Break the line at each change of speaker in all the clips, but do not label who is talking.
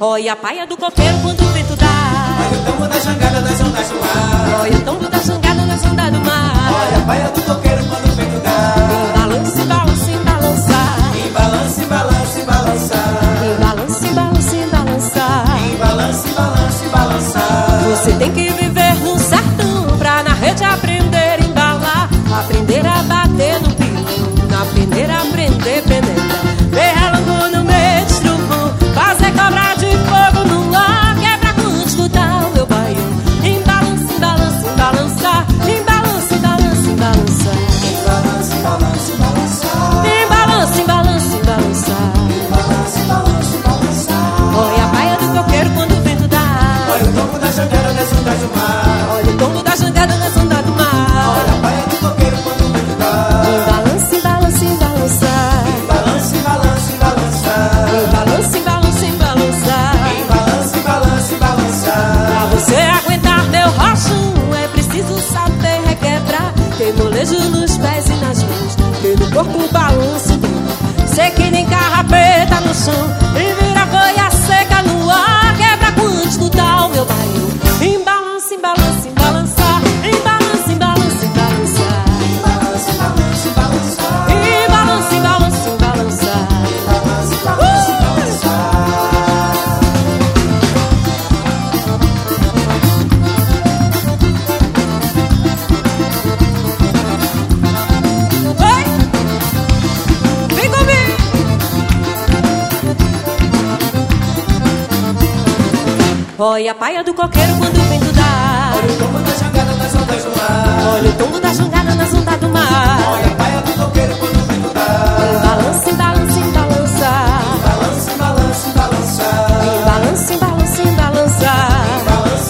Olha a paia do copeiro quando o vento dá.
Olha o tambo da jangada nas ondas do mar.
Olha o tombo da jangada nas ondas do mar.
Olha a paia do coqueiro quando o vento dá.
Balance, balance, balançar.
Em balance, balance, balançar.
Balance, balance, balançar.
Em balance, balance, balançar.
Você tem que viver no sertão pra na rede aprender a embalar, aprender a bater no pico, na peneira aprender penetrar, berralango no mestrupo, fazer cobra de fogo no ar, que é pra escutar o meu baio. Em balanço, em balanço, em balançar, em balanço, em balanço, em balançar,
Em balance, balance, balançar.
em balanço, em balanço, em balançar.
Em balance, balance, balançar.
Olha a paia do coqueiro quando o vento dá,
Olha o tambo da jangada nas ondas do mar.
olha o tombo da jangada nas ondas do mar.
Olha a paia do coqueiro quando o vento dá.
Balance, balance, balançar.
Em balance, balance, balançar.
Balance, balance,
Em
balançar.
balance, balance,
Pra
balançar.
você aguentar meu rochão, é preciso saber requebrar. Ter molejo nos pés e nas mãos. Ter no corpo o balanço dele. Ser que nem carrapeta no chão. E vira folha seca no ar. Quebra quântico, dá o meu bairro. Em balance, em balance, em balançar. Em balance, em balance, em balançar.
Em balance, balance, balançar.
Em balance, em balance, em balançar.
Balance, balance, balançar.
Oi! Vem comigo! Olha a paia do coqueiro quando o vento dá.
Olha o tombo da jangada nas ondas do mar.
Olha o tombo da jangada nas ondas do mar.
Olha a paia do coqueiro quando o vento dá.
Balance, balance, balança.
Balance, balance, balançar.
Balance, balance, balança.
Balance,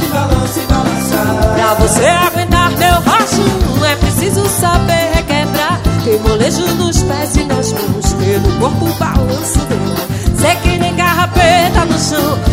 balance, balançar.
Pra você aguentar meu rosto, é preciso saber requebrar. Tem molejo nos pés e nas mãos, ter no corpo o balanço dela. Sei que nem carrapeta no chão, É.